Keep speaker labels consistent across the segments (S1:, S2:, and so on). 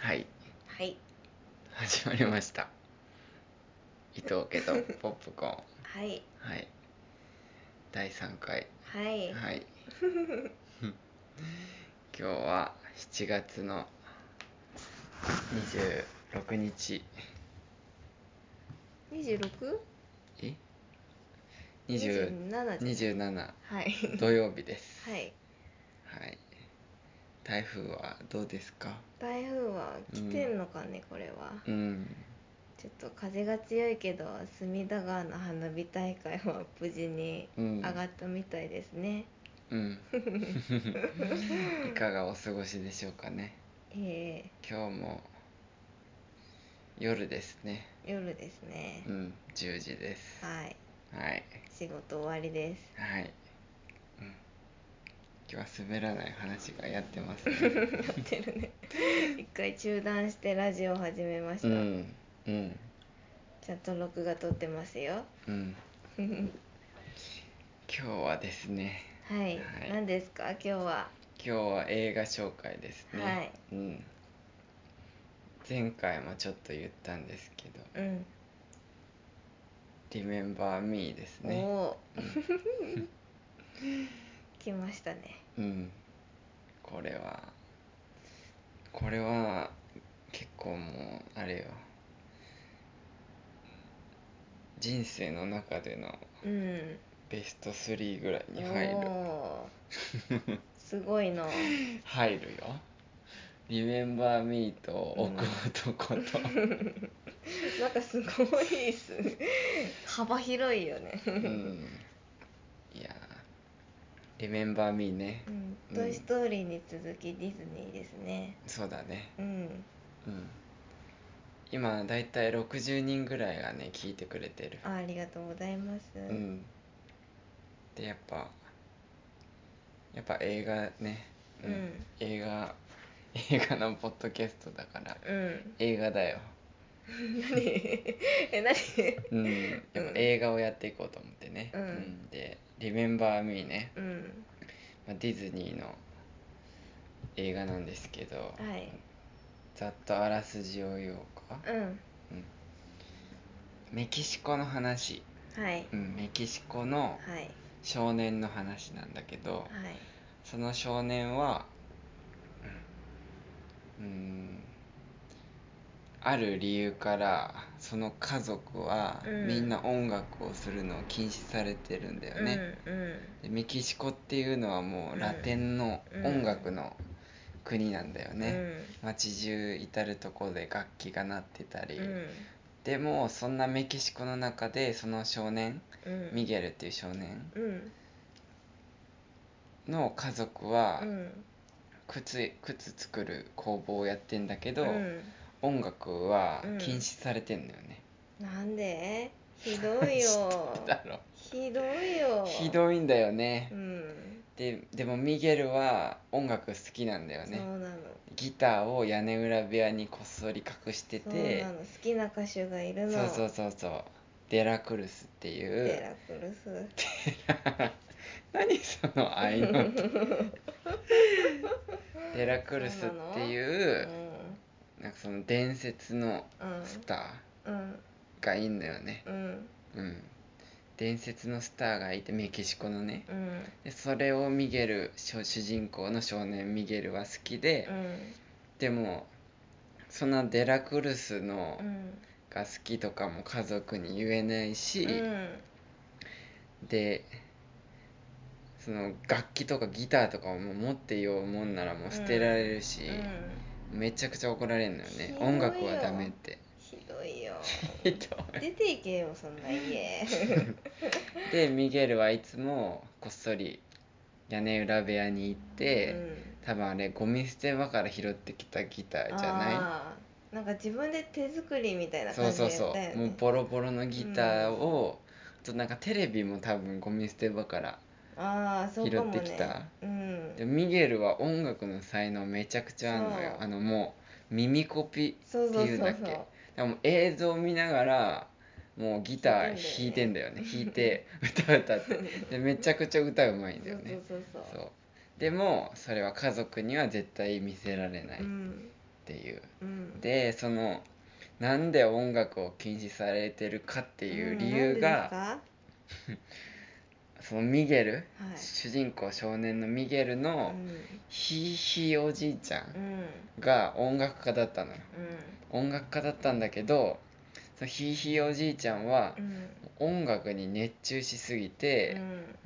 S1: はい
S2: 始まりました伊藤家とポップコーン
S1: はい
S2: はい第3回
S1: はい
S2: はい 今日は7月の26日
S1: 二十六
S2: え
S1: 二十
S2: 20
S1: 七はい
S2: 27
S1: はい
S2: 土曜日です はい台風はどうです か
S1: 台風は来てんのかね、これは
S2: うん
S1: ちょっと風が強いけど隅田川の花火大会は無事に
S2: うん
S1: 上がったみたいですね、
S2: うん いかがお過ごしでしょうかね
S1: え
S2: 今日も夜ですね
S1: ー、夜ですね
S2: う、ん10時です
S1: はい
S2: はい
S1: 仕事終わりです
S2: はい、うん、今日は滑らない話がやって ますね
S1: やってるね一回中断してラジオを始めました、
S2: うんうん
S1: ちゃんと録画撮ってますよ
S2: うん今日はですね
S1: はい、
S2: はい
S1: 何ですか今日は
S2: 今日は映画紹介ですね、
S1: はい
S2: うん、前回もちょっと言ったんですけど
S1: うん、
S2: 「Remember Me」です
S1: お
S2: ね
S1: おー来ましたね
S2: うんこれはこれは結構もうあれよ人生の中での
S1: うん
S2: ベスト3ぐらいに入
S1: お
S2: る
S1: ーすごいの
S2: 入るよ「リメンバー・ミー」と「
S1: うん
S2: 奥男」と、
S1: なんかすごいっ すね幅広いよね
S2: うんいや「リメンバー・ミーね」
S1: うん
S2: う
S1: 「
S2: ん
S1: トイ・ストーリー」に続きディズニーですね
S2: そうだね
S1: うん
S2: うん今だいたい60人ぐらいがね聞いてくれてる
S1: あありがとうございます、
S2: うん、でやっぱやっぱ映画ね、
S1: うん
S2: 映画映画のポッドキャストだから
S1: うん
S2: 映画だよ、
S1: 何 え何
S2: うん、やっぱ映画をやっていこうと思ってね、
S1: うん
S2: で「Remember Me ね」
S1: うん
S2: まあディズニーの映画なんですけど、
S1: はい
S2: ざっとあらすじを言おうか、
S1: うん
S2: うんメキシコの話、
S1: はい
S2: うん、メキシコの
S1: はい
S2: 少年の話なんだけど、
S1: はい
S2: その少年はうんうーんある理由からその家族は
S1: うん
S2: みんな音楽をするのを禁止されてるんだよね、
S1: うん
S2: でメキシコっていうのはも
S1: う
S2: うんラテンの
S1: うん
S2: 音楽の国なんだよ
S1: うん
S2: ね、街中至る所で楽器が鳴ってたり、
S1: うん
S2: でもそんなメキシコの中でその少年
S1: うん
S2: ミゲルっていう少年
S1: うん
S2: の家族は、
S1: うん
S2: 靴靴作る工房をやってんだけど、
S1: うん
S2: 音楽は
S1: うん
S2: 禁止されてんだよね、
S1: なんでひどい よ
S2: 知ってたろ
S1: ひどいよ
S2: ひどいんだよね、
S1: うん
S2: ででもミゲルは音楽好きなんだよ
S1: そ
S2: ね
S1: うなの
S2: ギターを屋根裏部屋にこっそり隠して
S1: そう
S2: て
S1: なの好きな歌手がいるの
S2: そうそうそうそうデラクルスってい
S1: テ
S2: う
S1: ラクルス
S2: 何その愛の 手デラクルスっていううんなんかその伝説の
S1: うん
S2: スタ
S1: うん
S2: ーがいいんだよね、
S1: うん
S2: うん、伝説のスターがいてメキシコのね
S1: うん
S2: でそれをミゲル主主人公の少年ミゲルは好きで、
S1: うん
S2: でもそのデラクルスの
S1: うん
S2: が好きとかも家族に言えないし、
S1: うん
S2: でその楽器とかギターとかをもう持ってようもんならもう捨てられるし、
S1: うん
S2: めちゃくちゃ怒られるのよ
S1: ひ
S2: ね
S1: どいよ
S2: 音楽はダメって。
S1: ひどいよ
S2: ひどい
S1: 出ていけよそん な家
S2: でミゲルはいつもこっそり屋根裏部屋に行って、多分あれゴミ捨て場から拾ってきたギターじゃ
S1: いなんか自分で手作りみたい
S2: な
S1: ない
S2: そう
S1: 感じで
S2: そ
S1: や
S2: う
S1: った
S2: そ
S1: よね
S2: うもうボロボロのギターを、あとなんかテレビも多分ゴミ捨て場から
S1: ああそうかもね
S2: 拾ってきた
S1: うん
S2: でミゲルは音楽の才能めちゃくちゃあるのよ
S1: そう
S2: あのもう耳コピ
S1: そうそう
S2: ってい
S1: そうう
S2: だ
S1: ん
S2: っけ
S1: そう
S2: でも映像見ながらもうギター弾いてんだよね弾いて歌歌って でめちゃくちゃ歌うまいんだよね
S1: そうそうそう
S2: そうでもそれは家族には絶対見せられない、
S1: うん
S2: っていう
S1: うん、
S2: でそのなんで音楽を禁止されてるかっていう理由が、そのミゲル、
S1: はい
S2: 主人公少年のミゲル
S1: うん
S2: の
S1: なんでです
S2: ひいひいおじいちゃ
S1: かうんんうん
S2: が音楽家だったのよ
S1: う
S2: 音楽家だったんだけどそのひいひいおじいちゃんは
S1: ん
S2: 音楽に熱中しすぎ
S1: う
S2: て、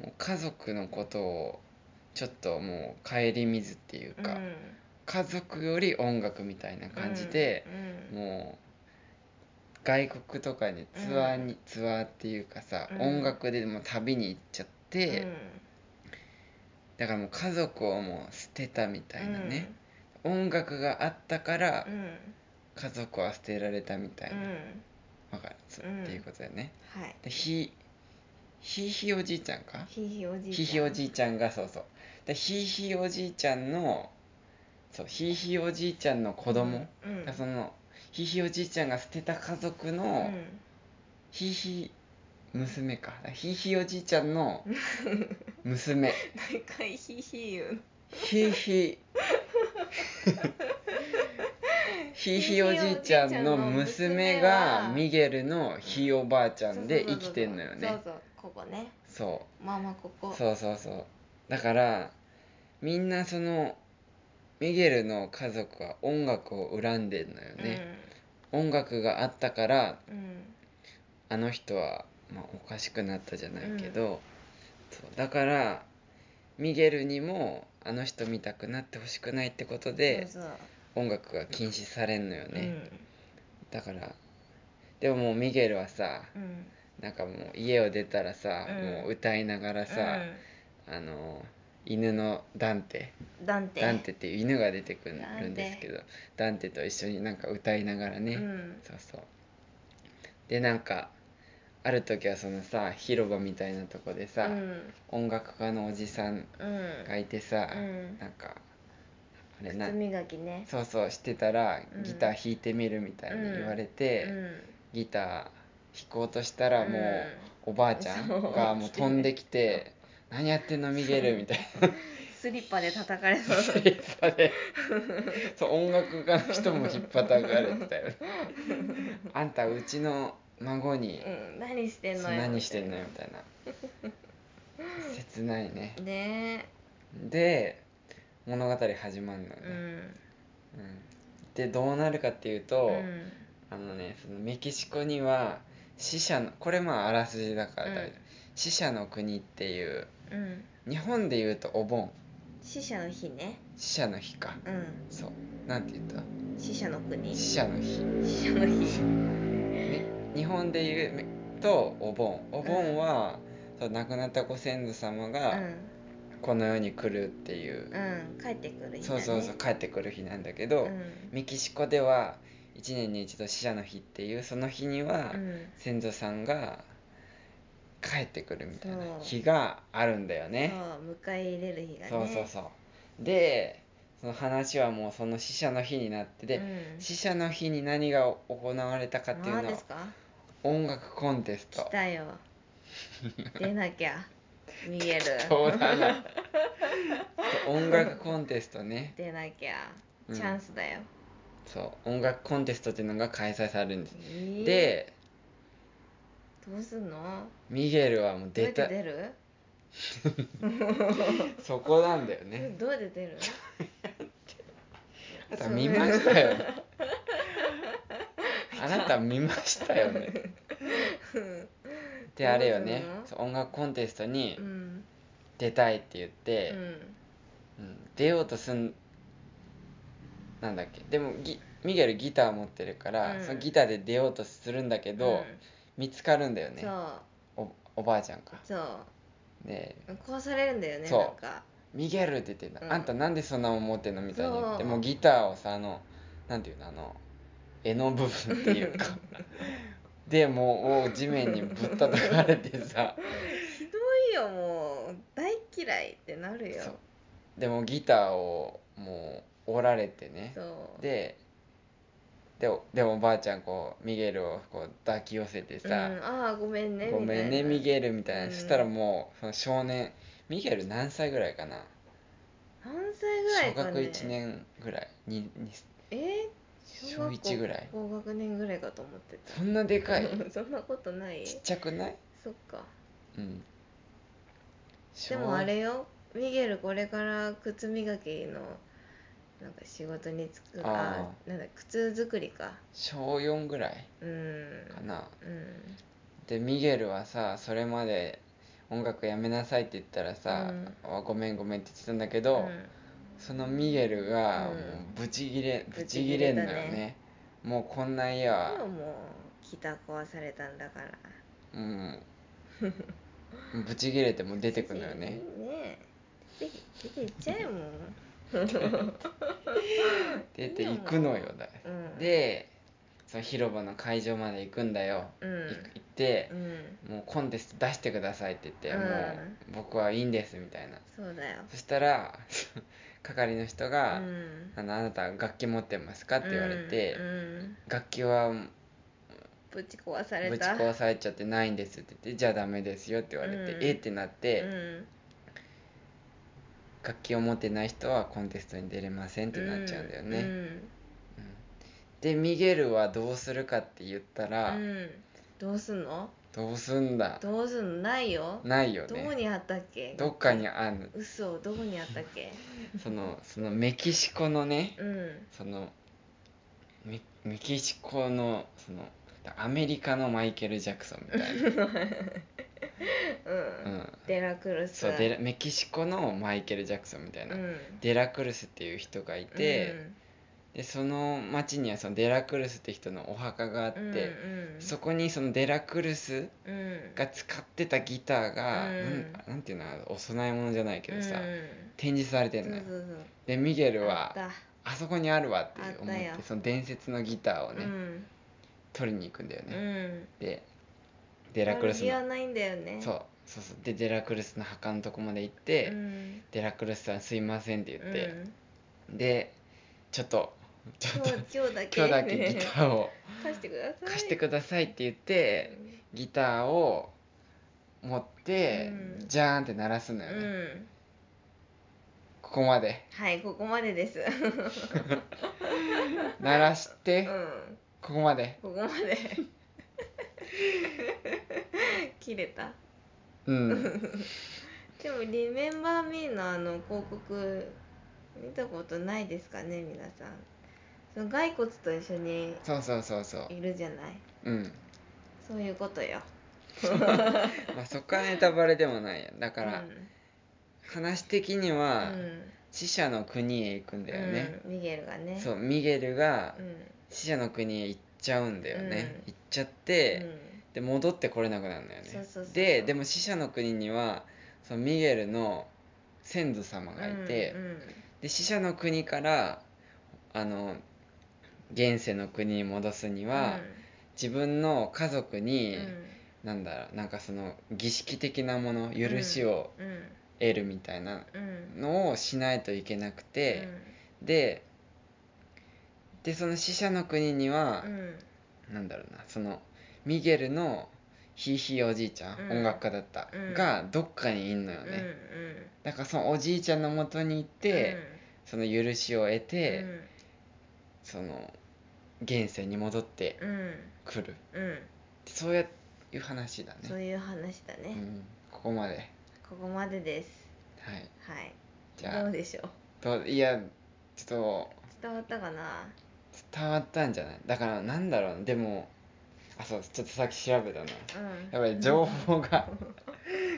S1: ん
S2: もう家族のことをちょっともう顧みずっていうか、
S1: うん
S2: 家族より音楽みたいな感じで、
S1: うん
S2: もう外国とかにツアーに、ツアーっていうかさ、
S1: うん
S2: 音楽でもう旅に行っちゃって、だからもう家族をもう捨てたみたいなね、音楽があったから
S1: うんうん
S2: 家族は捨てられたみたいうな、
S1: ん
S2: わかるそう
S1: うん
S2: っていうことだよね
S1: はい
S2: でひひいひいおじいちゃんか
S1: ひいひいおじいちゃ
S2: ひ
S1: ん
S2: いひいおじいちゃんがそうそうでひいひいおじいちゃんのそうひいひいおじいちゃんの子供、
S1: うんうん
S2: だからそのひいひいおじいちゃんが捨てた家族
S1: う
S2: の
S1: ん
S2: ひいひい娘かだからひいひいおじいちゃん の娘
S1: 毎回ひいひい言うの
S2: ひいひ いひいひいおじいちゃんの娘がミゲルのひいおばあちゃんで生きてんのよ
S1: そう
S2: ね
S1: そうここね
S2: そう
S1: ママここ
S2: そうそうそうだからみんなそのミゲルの家族は音楽を恨んでんのよね、音楽があったから
S1: うんうん
S2: あの人は、まあ、おかしくなったじゃないけど、そうだからミゲルにもあの人見たくなってほしくないってことで
S1: そうそう
S2: 音楽が禁止されんのよね、
S1: うん
S2: だからでももうミゲルはさ
S1: うん
S2: なんかもう家を出たらさ、
S1: うん
S2: もう歌いながらさ、あの犬のダンテ
S1: うん、ダンテ
S2: ダンテっていう犬が出てくる
S1: ダンテ
S2: んですけどダンテと一緒になんか歌いながらね、
S1: うん
S2: そうそうでなんかある時はそのさ広場みたいなとこでさ、
S1: うん
S2: 音楽家のおじさん
S1: うん
S2: がいてさ、
S1: うん
S2: なんかあれな
S1: 靴磨きね
S2: そうそうしてたら
S1: うん
S2: ギター弾いてみるみたいに言われて、
S1: うん
S2: ギター弾こうとしたらもう、おばあちゃん
S1: そう
S2: がもう飛んでき て「何やってんのミゲル」みたいな。
S1: スリッパで叩かれそう
S2: そ れそう音楽家の人もひっぱたかれてたよねあんたうちの孫に
S1: うん何してんの
S2: そう
S1: よ
S2: 何してんのよみたいな切ないね
S1: ね
S2: で物語始まるの
S1: え
S2: ね、うんでどうなるかっていうと、
S1: うんうん
S2: あのねそのメキシコには死者のこれまああらすじだから大丈夫、
S1: うん
S2: 死者の国っていう
S1: うん
S2: 日本でいうとお盆
S1: 死者の日ね
S2: 死者の日か
S1: うん
S2: そうなんて言った
S1: 死者の国
S2: 死
S1: 死
S2: 者の 日
S1: 者の日
S2: ね日本でいうめとお盆お盆は、そう亡くなったご先祖様
S1: う
S2: が
S1: ん
S2: この世に来るっていう、
S1: うん帰ってくる日だね
S2: そうそうそう帰ってくる日なんだけど、
S1: うん
S2: メキシコでは1年に一度死者の日っていうその日には
S1: うん
S2: 先祖さんが帰ってくるみたいな
S1: そう
S2: 日があるんだよね。
S1: そう迎え入れる日がね
S2: そうそうそうでその話はもうその死者の日になってで、
S1: ん
S2: 死者の日に何が行われたかっていう
S1: 何
S2: の
S1: で
S2: は
S1: すか
S2: 音楽コンテスト
S1: 来。たよ出なきゃ逃げる
S2: そうだ な音楽コンテストね
S1: 出なきゃ
S2: うん
S1: チャンスだよ、
S2: そう音楽コンテストっていうのが開催されるんです、
S1: えー
S2: で
S1: どうすんの
S2: ミゲルはもう
S1: どう
S2: 出
S1: やって
S2: た
S1: 出る
S2: そこなんだよね
S1: どうやって出る
S2: あなた見ましたよ あなた見ましたよねであれよね
S1: どうす
S2: そう音楽コンテストに
S1: うん
S2: 出たいって言っ
S1: う
S2: て、
S1: ん
S2: うん出ようとすんなんだっけでもギミゲルギター持ってるから、
S1: うん
S2: そのギターで出ようとするんだけど、見つかるんだよ
S1: うん
S2: ね
S1: そう
S2: おおばあちゃんか
S1: そ
S2: で
S1: う壊されるんだよね
S2: そう
S1: なんか
S2: 「ミゲル」って言ってんだ、
S1: うん
S2: あんたなんでそんなもん持ってんの?」みたいに言って
S1: そう
S2: もうギターをさあのなんていうのあの柄の部分っていうかでもう地面にぶったたかれてさ
S1: ひどいよもう大嫌いってなるよ
S2: そうでもギターをもう折られてね
S1: そう
S2: ででおでもおばあちゃんこうミゲルをこう抱き寄せて
S1: うん、
S2: さ
S1: ああごめんね
S2: ごめんねミ
S1: みたい
S2: ゲル」みたいな、
S1: うん
S2: そしたらもうその少年ミゲル何歳ぐらいかな
S1: な何歳ぐらい
S2: 小
S1: か
S2: 学
S1: ね
S2: 1年ぐらいにに
S1: え
S2: 小1ぐらい
S1: 高学年ぐらいかと思ってた
S2: そんなでかい
S1: そんなことない
S2: ちっちゃくない
S1: そっか
S2: うん
S1: でもあれよミゲルこれから靴磨きのなんか仕事に就く
S2: あ
S1: あなんだ靴作りか
S2: 小4ぐらいう
S1: ーん
S2: かな
S1: うん
S2: でミゲルはさそれまで音楽やめなさいって言ったらさ
S1: うん
S2: 「あごめんごめん」って言ってたんだけど、そのミゲルが
S1: う
S2: も
S1: ん
S2: うブチギレ、
S1: ブ
S2: ブ
S1: チ
S2: チ
S1: ギ
S2: ギ
S1: レ
S2: レ
S1: だ
S2: ん
S1: ね
S2: だよねもうこんな家は
S1: でももう帰宅はされたんだから
S2: うん ブチギレてもう出てくんだよね
S1: ねえ出て出て行っちゃえもん、
S2: 出て行くのよだよ
S1: うん、
S2: でその広場の会場まで行くんだよ、
S1: うん
S2: い行って
S1: う、ん
S2: もうコンテスト出してくださいって言って、
S1: うん
S2: もう僕はいいんですみたいな
S1: そうだよ
S2: そしたら 係の人
S1: う
S2: が、
S1: ん
S2: あの「あなた楽器持ってますか?」って言われて、
S1: うんうん
S2: 楽器は
S1: ぶち壊され
S2: ぶち
S1: た
S2: 壊されちゃってないんですって言って「じゃあダメですよ」って言われて「
S1: うん
S2: えっ?」てなって、
S1: うん
S2: 楽器を持ってない人はコンテストに出れませんってなっちゃうんだよね、
S1: う
S2: うんでミゲルはどうするかって言ったら、
S1: んうんどうすんの
S2: どうすんだ
S1: どうすんのないよ
S2: ないよ
S1: どこ
S2: ね
S1: にあったっけ
S2: どっかにある
S1: 嘘どこにあったっけ
S2: そのそのメキシコのね
S1: うん
S2: そのメメキシコのそのアメリカのマイケル・ジャクソンみたいな、
S1: う
S2: うんん、
S1: デラクルス
S2: そうデラメキシコのマイケル・ジャクソンみたいな、
S1: うん
S2: デラクルスっていう人がいて、でその町にはそのデラクルスって人のお墓があって、
S1: うんうんうん
S2: そこにそのデラクルス
S1: うん
S2: が使ってたギターが、
S1: うん
S2: なんなんていうのお供え物じゃないけどさ、
S1: うん
S2: 展示されて
S1: そ
S2: ん
S1: う
S2: のよ
S1: そうそう
S2: でミゲル
S1: あ
S2: は
S1: った
S2: あそこにあるわって思っ
S1: あったよ
S2: てその伝説のギターをね、
S1: うん
S2: 取りに行くんだよ
S1: う
S2: ね、
S1: ん
S2: でデラクルス
S1: 悪気は
S2: の
S1: ないんだよね
S2: そうそうそうでデラクルスの墓のとこまで行って、
S1: うん
S2: デラクルスさんすいませんって言
S1: う
S2: って、
S1: ん
S2: でちょっとちょっと
S1: 今 日今日だけ
S2: 今日だけギターを
S1: 貸してください
S2: 貸してくださいって言ってギターを持って、
S1: うん
S2: ジャーンって鳴らすの
S1: う
S2: よね、
S1: ん
S2: ここまで
S1: はいここまでです
S2: 鳴らして、
S1: うん
S2: ここまで
S1: ここまで 切れた
S2: うん
S1: でも「リメンバー・ミー」のあの広告見たことないですかね皆さんその骸骨と一緒に
S2: そうそうそうそう
S1: いるじゃない
S2: うん
S1: そういうことよ
S2: まあそこはネタバレでもないやだから、
S1: うん
S2: 話的には、
S1: うん
S2: 死者の国へ行くんだよね、
S1: うんミゲルがね
S2: そうミゲルが
S1: うん
S2: 死者の国へ行っちゃうんだよね、
S1: うん
S2: 行っちゃっ
S1: う
S2: て、
S1: ん
S2: で戻ってこれなくなるんだよね
S1: そうそうそう
S2: ででも死者の国にはそのミゲルの先祖様がいて、
S1: うんうん
S2: で死者の国からあの現世の国に戻すには、自分の家族
S1: う
S2: に、
S1: ん
S2: なんだろうなんかその儀式的なもの許しを
S1: うん
S2: 得るみたいな
S1: うん
S2: のをしないといけなくて、ででその死者の国には
S1: う、ん
S2: なんだろうなそのミゲルのひいひいおじいちゃん、
S1: うん
S2: 音楽家だった、
S1: うん
S2: がどっかにいんのよ
S1: う
S2: ね
S1: ん、うん
S2: だからそのおじいちゃんのもとに行って、その許しを得
S1: うん
S2: て、その現世に戻って
S1: うんうん
S2: くる
S1: うん
S2: そうやいう話だ
S1: そう
S2: ね、
S1: いう話だ
S2: う
S1: ね
S2: ん、ここまで
S1: ここまでです
S2: はい
S1: はい
S2: じゃ
S1: どう
S2: あ
S1: でしょう
S2: どういやちょっ
S1: 伝わったかな
S2: と伝わったんじゃないだからなんだろうでもあそうちょっとさっき調べたな
S1: うん
S2: やっぱり情報が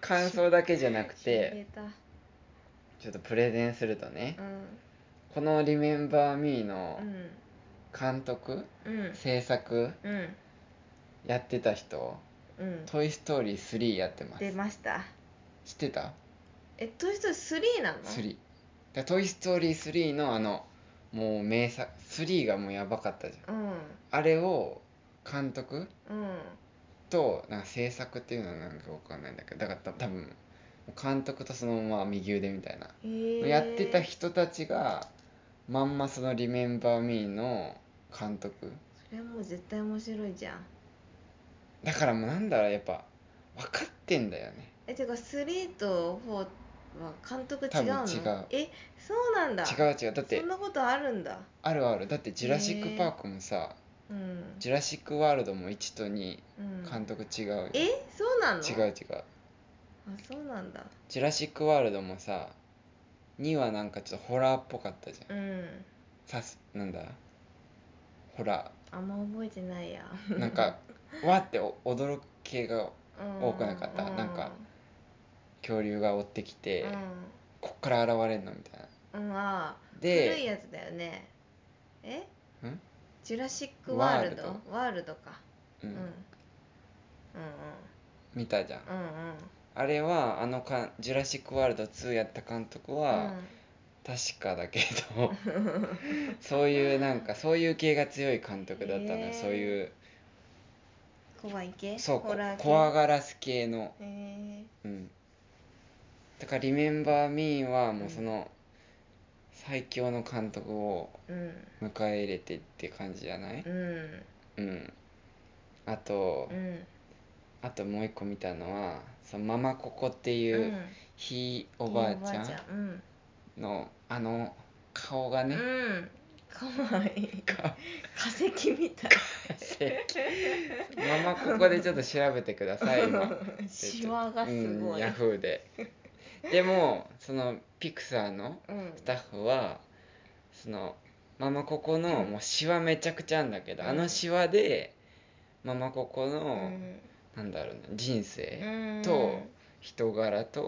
S2: 感想だけじゃなくて
S1: 知れた
S2: ちょっとプレゼンするとね
S1: う、ん
S2: この「Remember Me」の
S1: うん
S2: 監督、
S1: うん
S2: 制作
S1: うん
S2: やってた人
S1: うん
S2: 「トイ・ストーリー3」やってます
S1: 出ました
S2: 知ってた
S1: えトイ・ストーリー3なの
S2: ?3 でトイ・ストーリー3」のあのもう名作3がもうやばかったじゃん
S1: うん
S2: あれを監督
S1: うん
S2: となんか制作っていうのはなんかわかんないんだけどだからた多分監督とそのまま右腕みたいな
S1: へー
S2: やってた人たちがまんまその「リメンバー・ミー」の監督
S1: それはもう絶対面白いじゃん
S2: だからもうなんだろうやっぱ分かってんだよね
S1: えてか3と4は監督違
S2: 多
S1: う
S2: 分
S1: の
S2: 違う
S1: えそうなんだ
S2: 違う違うだって
S1: そんなことあるんだ
S2: あるあるだって「ジュラシック・パーク」もさ
S1: うん
S2: 「ジュラシック・ワールド」も1と2
S1: うん
S2: 監督違うよ、違
S1: えそうなの
S2: う違う
S1: あそうなんだ
S2: 「ジュラシック・ワールド」もさ2はなんかちょっとホラーっぽかったじゃん
S1: うん
S2: さすなんだホラ
S1: あんま覚えてないや
S2: ーなんかわーってお驚く系が
S1: う ん
S2: 多くなかった
S1: う
S2: なんか恐竜が追ってきて、
S1: う
S2: こっから現れるのみたいなん
S1: うんあー
S2: で
S1: 古いやつだよねえ
S2: ん
S1: ジュラシック・ワールド
S2: ワール
S1: ワールドか
S2: う
S1: うんんうん
S2: 見たじゃん、
S1: うんうんうん
S2: あれはあのか「ジュラシック・ワールド2」やった監督は、確かだけ どそういうなんかそういう系が強い監督だったのよ、
S1: へー
S2: そういう
S1: うん怖い系
S2: そう
S1: ホラー系
S2: 怖がらす系の
S1: へえ
S2: うんだから「リメンバー・ミー」はもうその、最強の監督を
S1: うん
S2: 迎え入れてって感じじゃない
S1: うん
S2: うんあと、
S1: うん
S2: あともう一個見たのはそのママココっていうう、
S1: ん
S2: ひいおばあちゃ
S1: ひい
S2: ん
S1: うん
S2: のあの顔が
S1: う
S2: ね、
S1: ん怖い
S2: か
S1: 化石みたい
S2: ママここでちょっと調べてください 今
S1: シワがすごい
S2: ヤフーででもそのピクサーの
S1: うん
S2: スタッフはそのママここのもうシワめちゃくちゃあんだけど、
S1: うん
S2: あのシワでママここ
S1: う
S2: の、
S1: ん
S2: なんだろうな人生
S1: うん
S2: と人柄と、